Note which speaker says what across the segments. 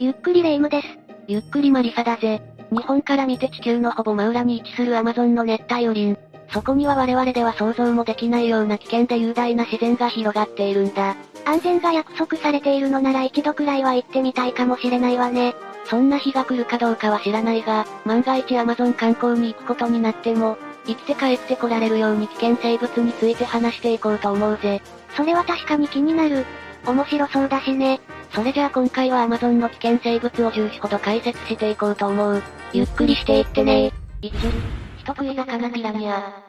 Speaker 1: ゆっくりレ夢ムです。
Speaker 2: ゆっくりマリサだぜ。日本から見て地球のほぼ真裏に位置するアマゾンの熱帯雨林。そこには我々では想像もできないような危険で雄大な自然が広がっているんだ。
Speaker 1: 安全が約束されているのなら一度くらいは行ってみたいかもしれないわね。
Speaker 2: そんな日が来るかどうかは知らないが、万が一アマゾン観光に行くことになっても、生きて帰ってこられるように危険生物について話していこうと思うぜ。
Speaker 1: それは確かに気になる。面白そうだしね。
Speaker 2: それじゃあ今回は Amazon の危険生物を10種ほど解説していこうと思う。
Speaker 1: ゆっくりしていってね。
Speaker 2: 1、一食い魚ピラニア。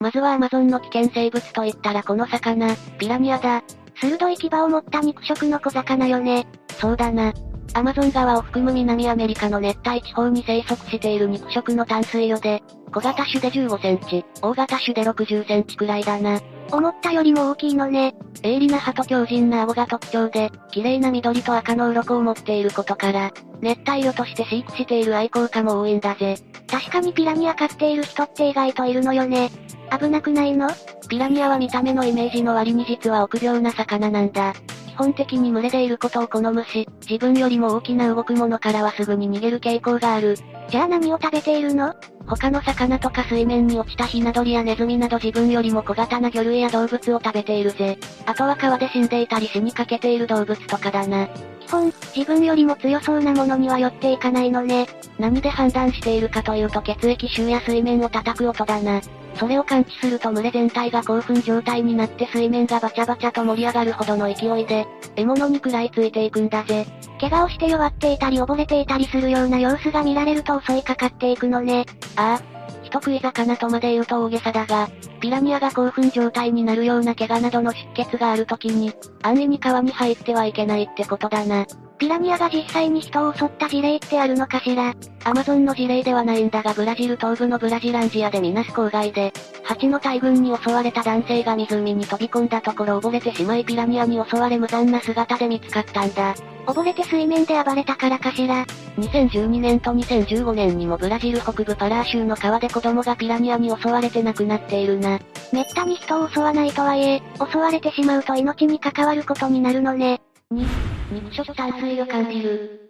Speaker 2: まずは Amazon の危険生物といったらこの魚、ピラニアだ。
Speaker 1: 鋭い牙を持った肉食の小魚よね。
Speaker 2: そうだな。アマゾン川を含む南アメリカの熱帯地方に生息している肉食の淡水魚で、小型種で15センチ、大型種で60センチくらいだな。
Speaker 1: 思ったよりも大きいのね。
Speaker 2: 鋭利な歯と強靭な顎が特徴で、綺麗な緑と赤の鱗を持っていることから、熱帯魚として飼育している愛好家も多いんだぜ。
Speaker 1: 確かにピラニア飼っている人って意外といるのよね。危なくないの
Speaker 2: ピラニアは見た目のイメージの割に実は臆病な魚なんだ。基本的に群れでいることを好むし、自分よりも大きな動くものからはすぐに逃げる傾向がある。
Speaker 1: じゃあ何を食べているの
Speaker 2: 他の魚とか水面に落ちたヒナ鳥やネズミなど自分よりも小型な魚類や動物を食べているぜ。あとは川で死んでいたり死にかけている動物とかだな。
Speaker 1: 基本、自分よりも強そうなものには寄っていかないのね。
Speaker 2: 何で判断しているかというと血液臭や水面を叩く音だな。それを感知すると群れ全体が興奮状態になって水面がバチャバチャと盛り上がるほどの勢いで、獲物に食らいついていくんだぜ。
Speaker 1: 怪我をして弱っていたり溺れていたりするような様子が見られると襲いかかっていくのね。
Speaker 2: ああ、人食い魚とまで言うと大げさだが、ピラニアが興奮状態になるような怪我などの出血がある時に、安易に川に入ってはいけないってことだな。
Speaker 1: ピラニアが実際に人を襲った事例ってあるのかしら
Speaker 2: アマゾンの事例ではないんだがブラジル東部のブラジランジアでミナス郊外で、蜂の大群に襲われた男性が湖に飛び込んだところ溺れてしまいピラニアに襲われ無残な姿で見つかったんだ。
Speaker 1: 溺れて水面で暴れたからかしら。
Speaker 2: 2012年と2015年にもブラジル北部パラー州の川で子供がピラニアに襲われて亡くなっているな。
Speaker 1: めったに人を襲わないとはいえ、襲われてしまうと命に関わることになるのね。
Speaker 2: 2、肉食淡水魚感じる。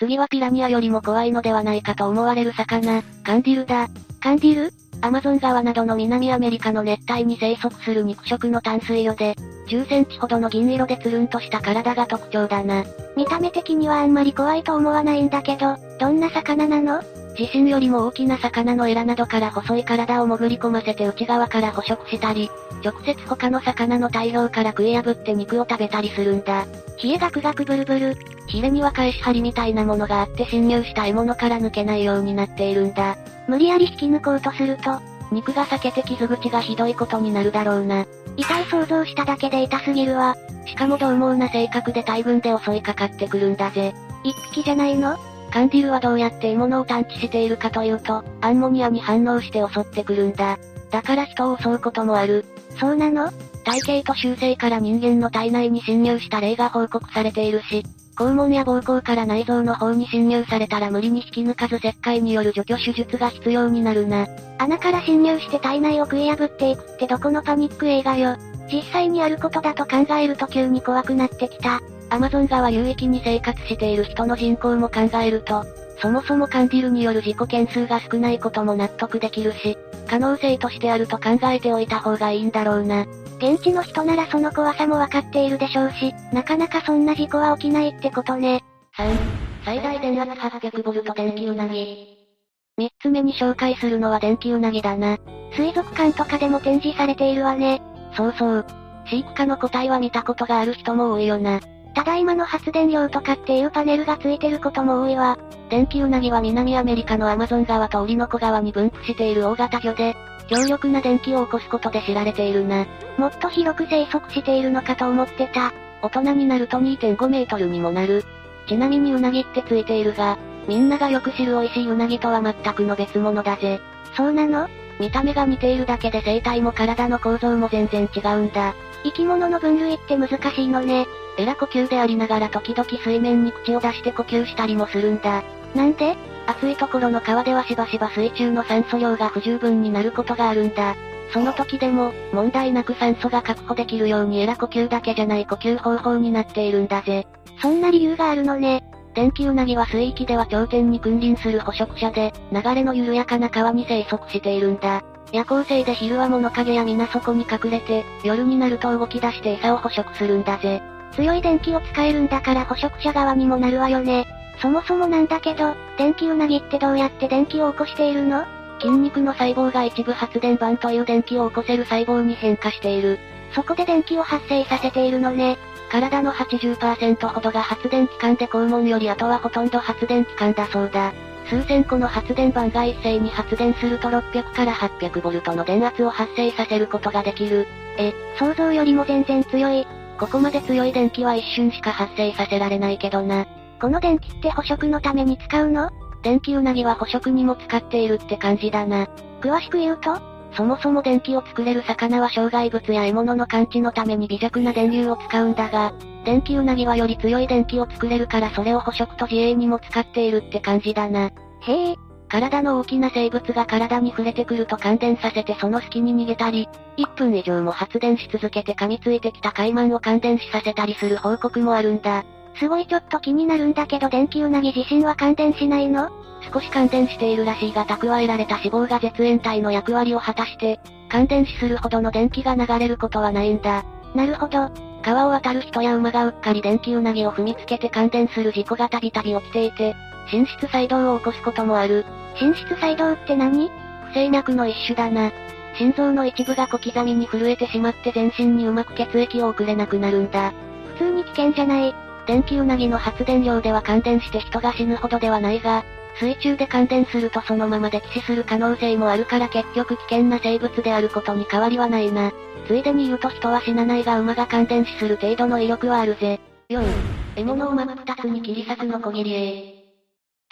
Speaker 2: 次はピラニアよりも怖いのではないかと思われる魚、カンディルだ。
Speaker 1: カンディル
Speaker 2: アマゾン川などの南アメリカの熱帯に生息する肉食の淡水魚で、10センチほどの銀色でつるんとした体が特徴だな。
Speaker 1: 見た目的にはあんまり怖いと思わないんだけど、どんな魚なの
Speaker 2: 自身よりも大きな魚のエラなどから細い体を潜り込ませて内側から捕食したり、直接他の魚の大量から食い破って肉を食べたりするんだ。
Speaker 1: 冷えガクガクブルブル。
Speaker 2: ヒレには返し針みたいなものがあって侵入した獲物から抜けないようになっているんだ。
Speaker 1: 無理やり引き抜こうとすると、
Speaker 2: 肉が裂けて傷口がひどいことになるだろうな。
Speaker 1: 痛い想像しただけで痛すぎるわ。
Speaker 2: しかも獰猛な性格で大群で襲いかかってくるんだぜ。
Speaker 1: 一匹じゃないの
Speaker 2: カンディルはどうやって獲物を探知しているかというと、アンモニアに反応して襲ってくるんだ。だから人を襲うこともある。
Speaker 1: そうなの
Speaker 2: 体型と習性から人間の体内に侵入した例が報告されているし、肛門や膀胱から内臓の方に侵入されたら無理に引き抜かず切開による除去手術が必要になるな。
Speaker 1: 穴から侵入して体内を食い破っていくってどこのパニック映画よ。実際にあることだと考えると急に怖くなってきた。
Speaker 2: アマゾン川流域に生活している人の人口も考えると、そもそもカンディルによる事故件数が少ないことも納得できるし、可能性としてあると考えておいた方がいいんだろうな。
Speaker 1: 現地の人ならその怖さもわかっているでしょうし、なかなかそんな事故は起きないってことね。
Speaker 2: 3、最大電圧800ボルト電気うなぎ。3つ目に紹介するのは電気うなぎだな。
Speaker 1: 水族館とかでも展示されているわね。
Speaker 2: そうそう。飼育家の個体は見たことがある人も多いよな。
Speaker 1: ただいまの発電量とかっていうパネルがついてることも多いわ。
Speaker 2: 電気ウナギは南アメリカのアマゾン川とオリノコ川に分布している大型魚で、強力な電気を起こすことで知られているな。
Speaker 1: もっと広く生息しているのかと思ってた。
Speaker 2: 大人になると2.5メートルにもなる。ちなみにウナギってついているが、みんながよく知る美味しいウナギとは全くの別物だぜ。
Speaker 1: そうなの
Speaker 2: 見た目が似ているだけで生態も体の構造も全然違うんだ。
Speaker 1: 生き物の分類って難しいのね。
Speaker 2: エラ呼吸でありながら時々水面に口を出して呼吸したりもするんだ。
Speaker 1: なんで
Speaker 2: 暑いところの川ではしばしば水中の酸素量が不十分になることがあるんだ。その時でも、問題なく酸素が確保できるようにエラ呼吸だけじゃない呼吸方法になっているんだぜ。
Speaker 1: そんな理由があるのね。
Speaker 2: 電気ウナギは水域では頂点に君臨する捕食者で、流れの緩やかな川に生息しているんだ。夜行性で昼は物陰や水底に隠れて、夜になると動き出して餌を捕食するんだぜ。
Speaker 1: 強い電気を使えるんだから捕食者側にもなるわよね。そもそもなんだけど、電気ウナギってどうやって電気を起こしているの
Speaker 2: 筋肉の細胞が一部発電板という電気を起こせる細胞に変化している。
Speaker 1: そこで電気を発生させているのね。
Speaker 2: 体の80%ほどが発電機関で肛門よりあとはほとんど発電機関だそうだ。数千個の発電板が一斉に発電すると600から800ボルトの電圧を発生させることができる。
Speaker 1: え、想像よりも全然強い。
Speaker 2: ここまで強い電気は一瞬しか発生させられないけどな。
Speaker 1: この電気って捕食のために使うの
Speaker 2: 電気ウナギは捕食にも使っているって感じだな。
Speaker 1: 詳しく言うと
Speaker 2: そもそも電気を作れる魚は障害物や獲物の感知のために微弱な電流を使うんだが、電気ウナギはより強い電気を作れるからそれを捕食と自衛にも使っているって感じだな。
Speaker 1: へえ。
Speaker 2: 体の大きな生物が体に触れてくると感電させてその隙に逃げたり、1分以上も発電し続けて噛みついてきた海満を感電しさせたりする報告もあるんだ。
Speaker 1: すごいちょっと気になるんだけど電気ウナギ自身は感電しないの
Speaker 2: 少し感電しているらしいが蓄えられた脂肪が絶縁体の役割を果たして、感電死するほどの電気が流れることはないんだ。
Speaker 1: なるほど。
Speaker 2: 川を渡る人や馬がうっかり電気ウナギを踏みつけて感電する事故がたびたび起きていて、心室細動を起こすこともある。
Speaker 1: 心室細動って何
Speaker 2: 不整脈の一種だな。心臓の一部が小刻みに震えてしまって全身にうまく血液を送れなくなるんだ。
Speaker 1: 普通に危険じゃない。
Speaker 2: 電気ウナギの発電量では感電して人が死ぬほどではないが、水中で感電するとそのまま溺死する可能性もあるから結局危険な生物であることに変わりはないな。ついでに言うと人は死なないが馬が感電死する程度の威力はあるぜ。4、獲物を真っ二つに切り裂くのこぎり絵。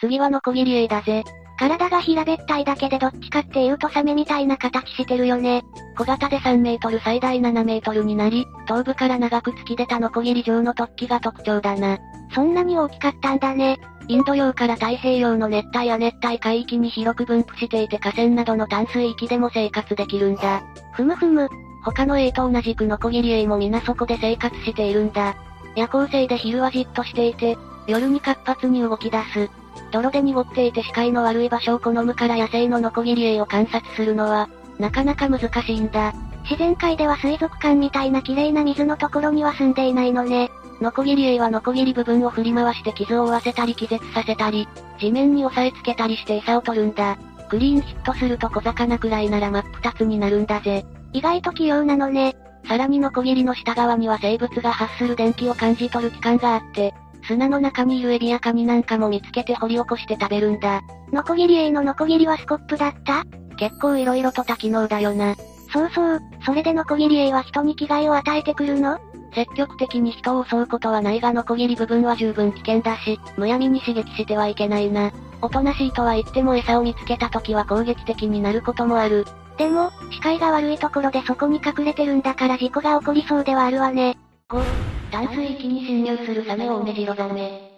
Speaker 2: 次はのこぎり絵だぜ。
Speaker 1: 体が平べったいだけでどっちかっていうとサメみたいな形してるよね。
Speaker 2: 小型で3メートル最大7メートルになり、頭部から長く突き出たノコギリ状の突起が特徴だな。
Speaker 1: そんなに大きかったんだね。
Speaker 2: インド洋から太平洋の熱帯や熱帯海域に広く分布していて河川などの淡水域でも生活できるんだ。
Speaker 1: ふむふむ。
Speaker 2: 他のエイと同じくノコギリエイも皆そこで生活しているんだ。夜行性で昼はじっとしていて、夜に活発に動き出す。泥で濁っていて視界の悪い場所を好むから野生のノコギリエイを観察するのは、なかなか難しいんだ。
Speaker 1: 自然界では水族館みたいな綺麗な水のところには住んでいないのね。
Speaker 2: ノコギリエイはノコギリ部分を振り回して傷を負わせたり気絶させたり、地面に押さえつけたりして餌を取るんだ。クリーンヒットすると小魚くらいなら真っ二つになるんだぜ。
Speaker 1: 意外と器用なのね。
Speaker 2: さらにノコギリの下側には生物が発する電気を感じ取る器官があって、砂の中にいるエビやカニなんかも見つけて掘り起こして食べるんだ。
Speaker 1: ノコギリエイのノコギリはスコップだった
Speaker 2: 結構色々と多機能だよな。
Speaker 1: そうそう、それでノコギリエイは人に危害を与えてくるの
Speaker 2: 積極的に人を襲うことはないがノコギリ部分は十分危険だし、むやみに刺激してはいけないな。おとなしいとは言っても餌を見つけた時は攻撃的になることもある。
Speaker 1: でも、視界が悪いところでそこに隠れてるんだから事故が起こりそうではあるわね。
Speaker 2: 5、淡水域に侵入するサメオメジロザメ。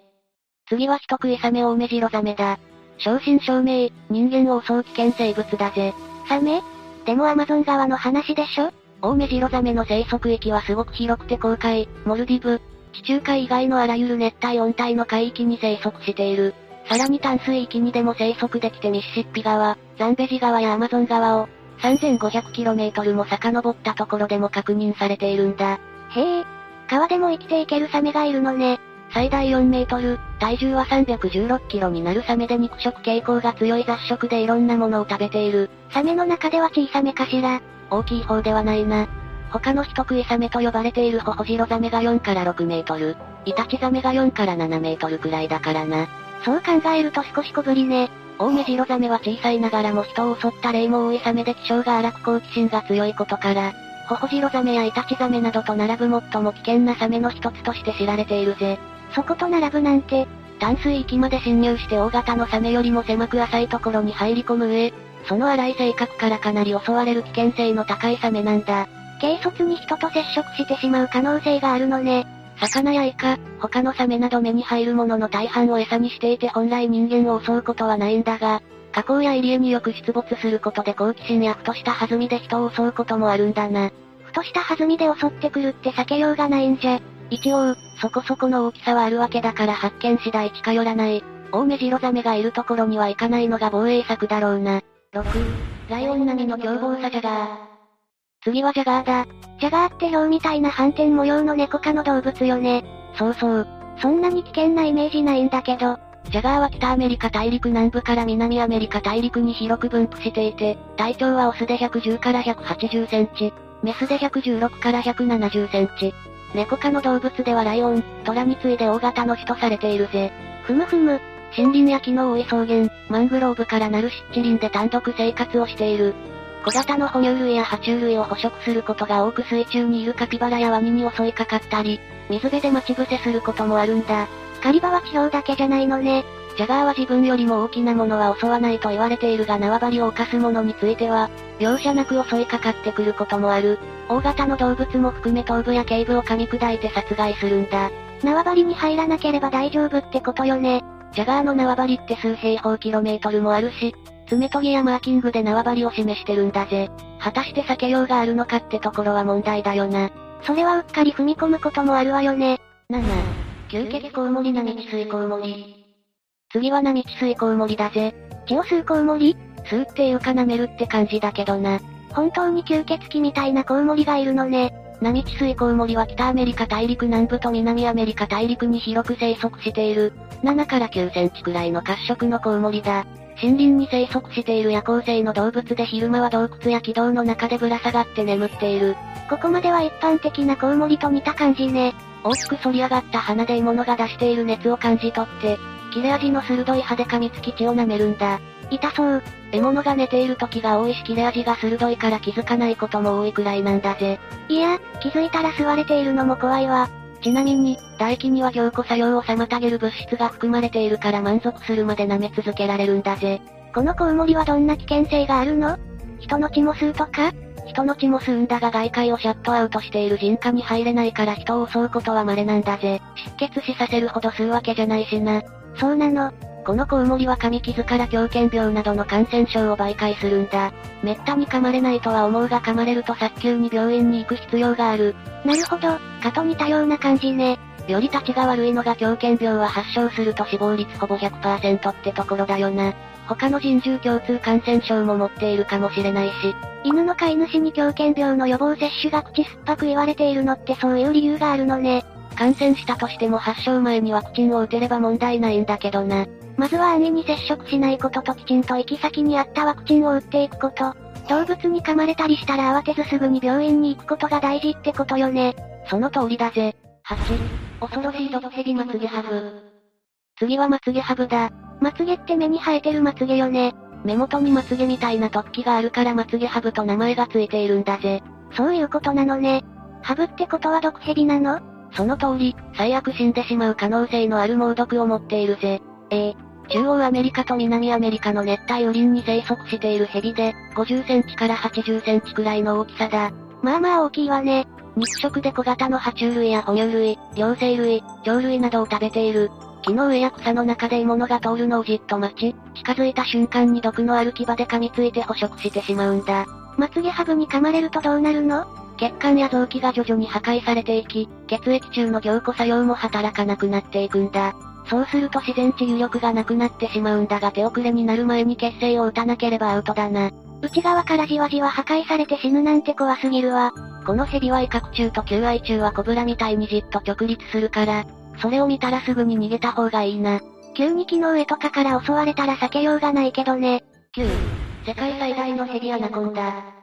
Speaker 2: 次は人食いサメオメジロザメだ。正真正銘、人間を襲う危険生物だぜ。
Speaker 1: サメでもアマゾン川の話でしょ
Speaker 2: オオメジロザメの生息域はすごく広くて公海、モルディブ、地中海以外のあらゆる熱帯温帯の海域に生息している。さらに淡水域にでも生息できてミシシッピ川、ザンベジ川やアマゾン川を 3500km も遡ったところでも確認されているんだ。
Speaker 1: へえ、川でも生きていけるサメがいるのね。
Speaker 2: 最大4メートル、体重は316キロになるサメで肉食傾向が強い雑食でいろんなものを食べている。
Speaker 1: サメの中では小さめかしら。
Speaker 2: 大きい方ではないな。他の人食いサメと呼ばれているホホジロザメが4から6メートル、イタチザメが4から7メートルくらいだからな。
Speaker 1: そう考えると少し小ぶりね。
Speaker 2: オウメジロザメは小さいながらも人を襲った例も多いサメで気性が荒く好奇心が強いことから、ホホジロザメやイタチザメなどと並ぶ最も危険なサメの一つとして知られているぜ。
Speaker 1: そこと並ぶなんて、
Speaker 2: 淡水域まで侵入して大型のサメよりも狭く浅いところに入り込む上、その荒い性格からかなり襲われる危険性の高いサメなんだ。
Speaker 1: 軽率に人と接触してしまう可能性があるのね。
Speaker 2: 魚やイカ、他のサメなど目に入るものの大半を餌にしていて本来人間を襲うことはないんだが、河口や入り江によく出没することで好奇心やふとした弾みで人を襲うこともあるんだな。
Speaker 1: ふとした弾みで襲ってくるって避けようがないんじゃ。
Speaker 2: 一応、そこそこの大きさはあるわけだから発見次第近寄らない。大目白ザメがいるところには行かないのが防衛策だろうな。6、ライオン並みの凶暴さジャガー。次はジャガーだ。
Speaker 1: ジャガーって豹みたいな斑点模様の猫科の動物よね。
Speaker 2: そうそう。
Speaker 1: そんなに危険なイメージないんだけど、
Speaker 2: ジャガーは北アメリカ大陸南部から南アメリカ大陸に広く分布していて、体長はオスで110から180センチ、メスで116から170センチ。猫科の動物ではライオン、トラに次いで大型の種とされているぜ。
Speaker 1: ふむふむ、
Speaker 2: 森林や木の多い草原、マングローブからなる湿地林で単独生活をしている。小型の哺乳類や爬虫類を捕食することが多く水中にいるカピバラやワニに襲いかかったり、水辺で待ち伏せすることもあるんだ。
Speaker 1: 狩り場は地表だけじゃないのね。
Speaker 2: ジャガーは自分よりも大きなものは襲わないと言われているが縄張りを犯すものについては、容赦なく襲いかかってくることもある。大型の動物も含め頭部や頸部を噛み砕いて殺害するんだ。
Speaker 1: 縄張りに入らなければ大丈夫ってことよね。
Speaker 2: ジャガーの縄張りって数平方キロメートルもあるし、爪研ぎやマーキングで縄張りを示してるんだぜ。果たして避けようがあるのかってところは問題だよな。
Speaker 1: それはうっかり踏み込むこともあるわよね。
Speaker 2: 7、吸血コウモリ並木水コウモリ。次は並木水コウモリだぜ。
Speaker 1: 血を吸うコウモリ
Speaker 2: 吸うっていうか舐めるって感じだけどな。
Speaker 1: 本当に吸血鬼みたいなコウモリがいるのね。
Speaker 2: 並木水コウモリは北アメリカ大陸南部と南アメリカ大陸に広く生息している、7から9センチくらいの褐色のコウモリだ。森林に生息している夜行性の動物で昼間は洞窟や軌道の中でぶら下がって眠っている。
Speaker 1: ここまでは一般的なコウモリと似た感じね。
Speaker 2: 大きく反り上がった鼻で獲物が出している熱を感じ取って、切れ味の鋭い歯で噛みつき血を舐めるんだ。
Speaker 1: 痛そう。
Speaker 2: 獲物が寝ている時が多いし切れ味が鋭いから気づかないことも多いくらいなんだぜ。
Speaker 1: いや、気づいたら吸われているのも怖いわ。
Speaker 2: ちなみに、唾液には凝固作用を妨げる物質が含まれているから満足するまで舐め続けられるんだぜ。
Speaker 1: このコウモリはどんな危険性があるの人の血も吸うとか
Speaker 2: 人の血も吸うんだが外界をシャットアウトしている人家に入れないから人を襲うことは稀なんだぜ。失血死させるほど吸うわけじゃないしな。
Speaker 1: そうなの。
Speaker 2: このコウモリは噛み傷から狂犬病などの感染症を媒介するんだ。めったに噛まれないとは思うが噛まれると早急に病院に行く必要がある。
Speaker 1: なるほど、蚊と似たような感じね。
Speaker 2: より立ちが悪いのが狂犬病は発症すると死亡率ほぼ100%ってところだよな。他の人獣共通感染症も持っているかもしれないし、
Speaker 1: 犬の飼い主に狂犬病の予防接種が口酸っぱく言われているのってそういう理由があるのね。
Speaker 2: 感染したとしても発症前にワクチンを打てれば問題ないんだけどな。
Speaker 1: まずは安易に接触しないことときちんと行き先にあったワクチンを打っていくこと。動物に噛まれたりしたら慌てずすぐに病院に行くことが大事ってことよね。
Speaker 2: その通りだぜ。8、恐ろしいドッヘビまつげハブ。次はまつげハブだ。
Speaker 1: まつげって目に生えてるまつげよね。
Speaker 2: 目元にまつげみたいな突起があるからまつげハブと名前がついているんだぜ。
Speaker 1: そういうことなのね。ハブってことは毒蛇なの
Speaker 2: その通り、最悪死んでしまう可能性のある猛毒を持っているぜ。ええ。中央アメリカと南アメリカの熱帯雨林に生息しているヘビで、50センチから80センチくらいの大きさだ。
Speaker 1: まあまあ大きいわね。
Speaker 2: 肉食で小型の爬虫類や哺乳類、両生類、鳥類などを食べている。木の上や草の中で獲物が通るのをじっと待ち、近づいた瞬間に毒のある牙で噛みついて捕食してしまうんだ。
Speaker 1: まつげハブに噛まれるとどうなるの
Speaker 2: 血管や臓器が徐々に破壊されていき、血液中の凝固作用も働かなくなっていくんだ。そうすると自然治癒力がなくなってしまうんだが手遅れになる前に血清を打たなければアウトだな。
Speaker 1: 内側からじわじわ破壊されて死ぬなんて怖すぎるわ。
Speaker 2: このヘビは威嚇中と求愛中はコブラみたいにじっと直立するから、それを見たらすぐに逃げた方がいいな。
Speaker 1: 急に木の上とかから襲われたら避けようがないけどね。
Speaker 2: 9、世界最大のヘビアナコンダ。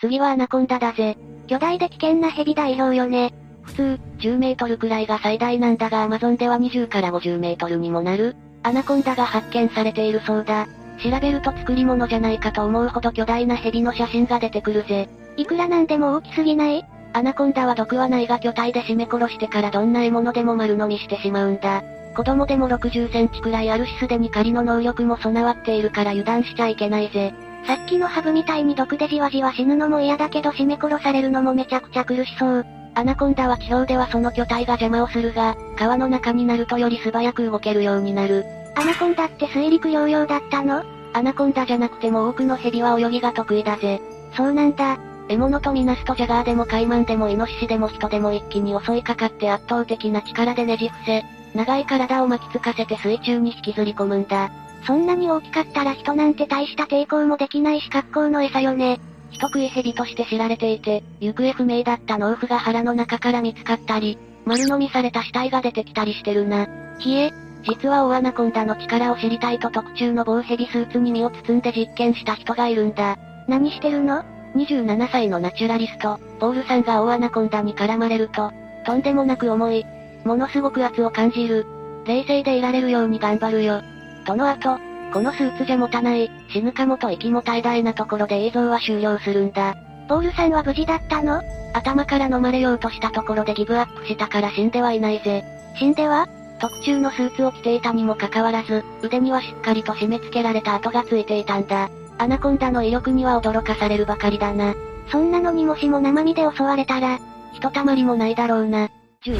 Speaker 2: 次はアナコンダだぜ。
Speaker 1: 巨大で危険なヘビ代表よね。
Speaker 2: 普通、10メートルくらいが最大なんだがアマゾンでは20から50メートルにもなる。アナコンダが発見されているそうだ。調べると作り物じゃないかと思うほど巨大なヘビの写真が出てくるぜ。
Speaker 1: いくらなんでも大きすぎない
Speaker 2: アナコンダは毒はないが巨体で絞め殺してからどんな獲物でも丸飲みしてしまうんだ。子供でも60センチくらいあるしすでに狩りの能力も備わっているから油断しちゃいけないぜ。
Speaker 1: さっきのハブみたいに毒でじわじわ死ぬのも嫌だけど絞め殺されるのもめちゃくちゃ苦しそう。
Speaker 2: アナコンダは地表ではその巨体が邪魔をするが、川の中になるとより素早く動けるようになる。
Speaker 1: アナコンダって水陸両用だったの
Speaker 2: アアナコンダじゃなくても多くのヘビは泳ぎが得意だぜ。
Speaker 1: そうなんだ。
Speaker 2: 獲物とみなすとジャガーでもカイマンでもイノシシでも人でも一気に襲いかかって圧倒的な力でねじ伏せ、長い体を巻きつかせて水中に引きずり込むんだ。
Speaker 1: そんなに大きかったら人なんて大した抵抗もできないし格好の餌よね。
Speaker 2: 人食いヘビとして知られていて、行方不明だった農夫が腹の中から見つかったり、丸飲みされた死体が出てきたりしてるな。ひえ、実はオアナコンダの力を知りたいと特注の棒ヘビスーツに身を包んで実験した人がいるんだ。
Speaker 1: 何してるの
Speaker 2: 27歳のナチュラリスト、ポールさんがオアナコンダに絡まれると、とんでもなく重い、ものすごく圧を感じる、冷静でいられるように頑張るよ。との後、このスーツじゃ持たない、死ぬかもと息も怠大なところで映像は終了するんだ。
Speaker 1: ポールさんは無事だったの
Speaker 2: 頭から飲まれようとしたところでギブアップしたから死んではいないぜ。
Speaker 1: 死んでは
Speaker 2: 特注のスーツを着ていたにもかかわらず、腕にはしっかりと締め付けられた跡がついていたんだ。アナコンダの威力には驚かされるばかりだな。
Speaker 1: そんなのにもしも生身で襲われたら、
Speaker 2: ひとたまりもないだろうな。10、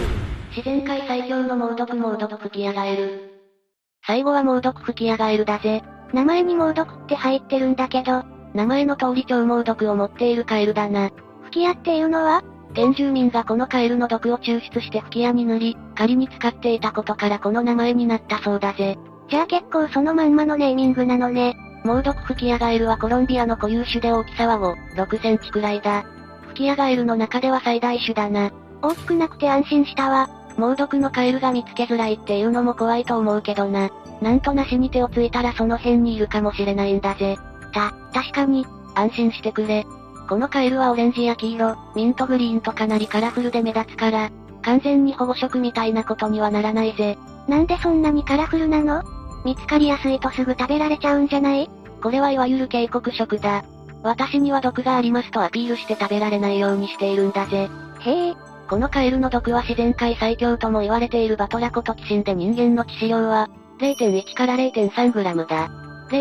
Speaker 2: 自然界最強の猛毒猛毒吹きやがえる。最後は猛毒吹きやがえるだぜ。
Speaker 1: 名前に猛毒って入ってるんだけど、
Speaker 2: 名前の通り超猛毒を持っているカエルだな。
Speaker 1: 吹き矢っていうのは
Speaker 2: 原住民がこのカエルの毒を抽出して吹き矢に塗り、仮に使っていたことからこの名前になったそうだぜ。
Speaker 1: じゃあ結構そのまんまのネーミングなのね。
Speaker 2: 猛毒吹き矢ガエルはコロンビアの固有種で大きさは5、6センチくらいだ。吹き矢ガエルの中では最大種だな。
Speaker 1: 大きくなくて安心したわ。
Speaker 2: 猛毒のカエルが見つけづらいっていうのも怖いと思うけどな。なんとなしに手をついたらその辺にいるかもしれないんだぜ。
Speaker 1: た、確かに、
Speaker 2: 安心してくれ。このカエルはオレンジや黄色、ミントグリーンとかなりカラフルで目立つから、完全に保護色みたいなことにはならないぜ。
Speaker 1: なんでそんなにカラフルなの見つかりやすいとすぐ食べられちゃうんじゃない
Speaker 2: これはいわゆる警告色だ。私には毒がありますとアピールして食べられないようにしているんだぜ。
Speaker 1: へえ。
Speaker 2: このカエルの毒は自然界最強とも言われているバトラコトキシンで人間の致死量は、0.1から 0.3g だ。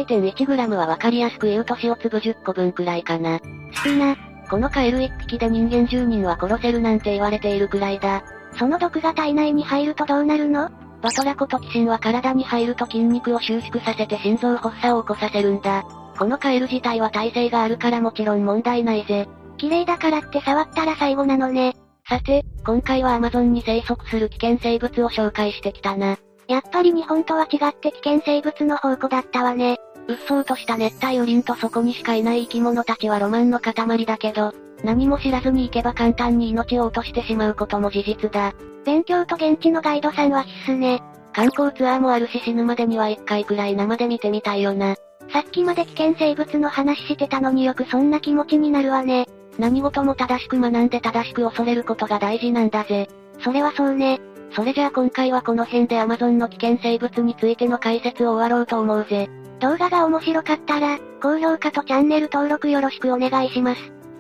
Speaker 2: 0.1g はわかりやすく言うと塩粒10個分くらいかな。
Speaker 1: 少な。
Speaker 2: このカエル1匹で人間10人は殺せるなんて言われているくらいだ。
Speaker 1: その毒が体内に入るとどうなるの
Speaker 2: バトラコトキシンは体に入ると筋肉を収縮させて心臓発作を起こさせるんだ。このカエル自体は耐性があるからもちろん問題ないぜ。
Speaker 1: 綺麗だからって触ったら最後なのね。
Speaker 2: さて、今回は Amazon に生息する危険生物を紹介してきたな。
Speaker 1: やっぱり日本とは違って危険生物の宝庫だったわね。
Speaker 2: 鬱蒼とした熱帯雨林とそこにしかいない生き物たちはロマンの塊だけど、何も知らずに行けば簡単に命を落としてしまうことも事実だ。
Speaker 1: 勉強と現地のガイドさんは必須ね。
Speaker 2: 観光ツアーもあるし死ぬまでには一回くらい生で見てみたいよな。
Speaker 1: さっきまで危険生物の話してたのによくそんな気持ちになるわね。
Speaker 2: 何事も正しく学んで正しく恐れることが大事なんだぜ。
Speaker 1: それはそうね。
Speaker 2: それじゃあ今回はこの辺で Amazon の危険生物についての解説を終わろうと思うぜ。
Speaker 1: 動画が面白かったら、高評価とチャンネル登録よろしくお願いします。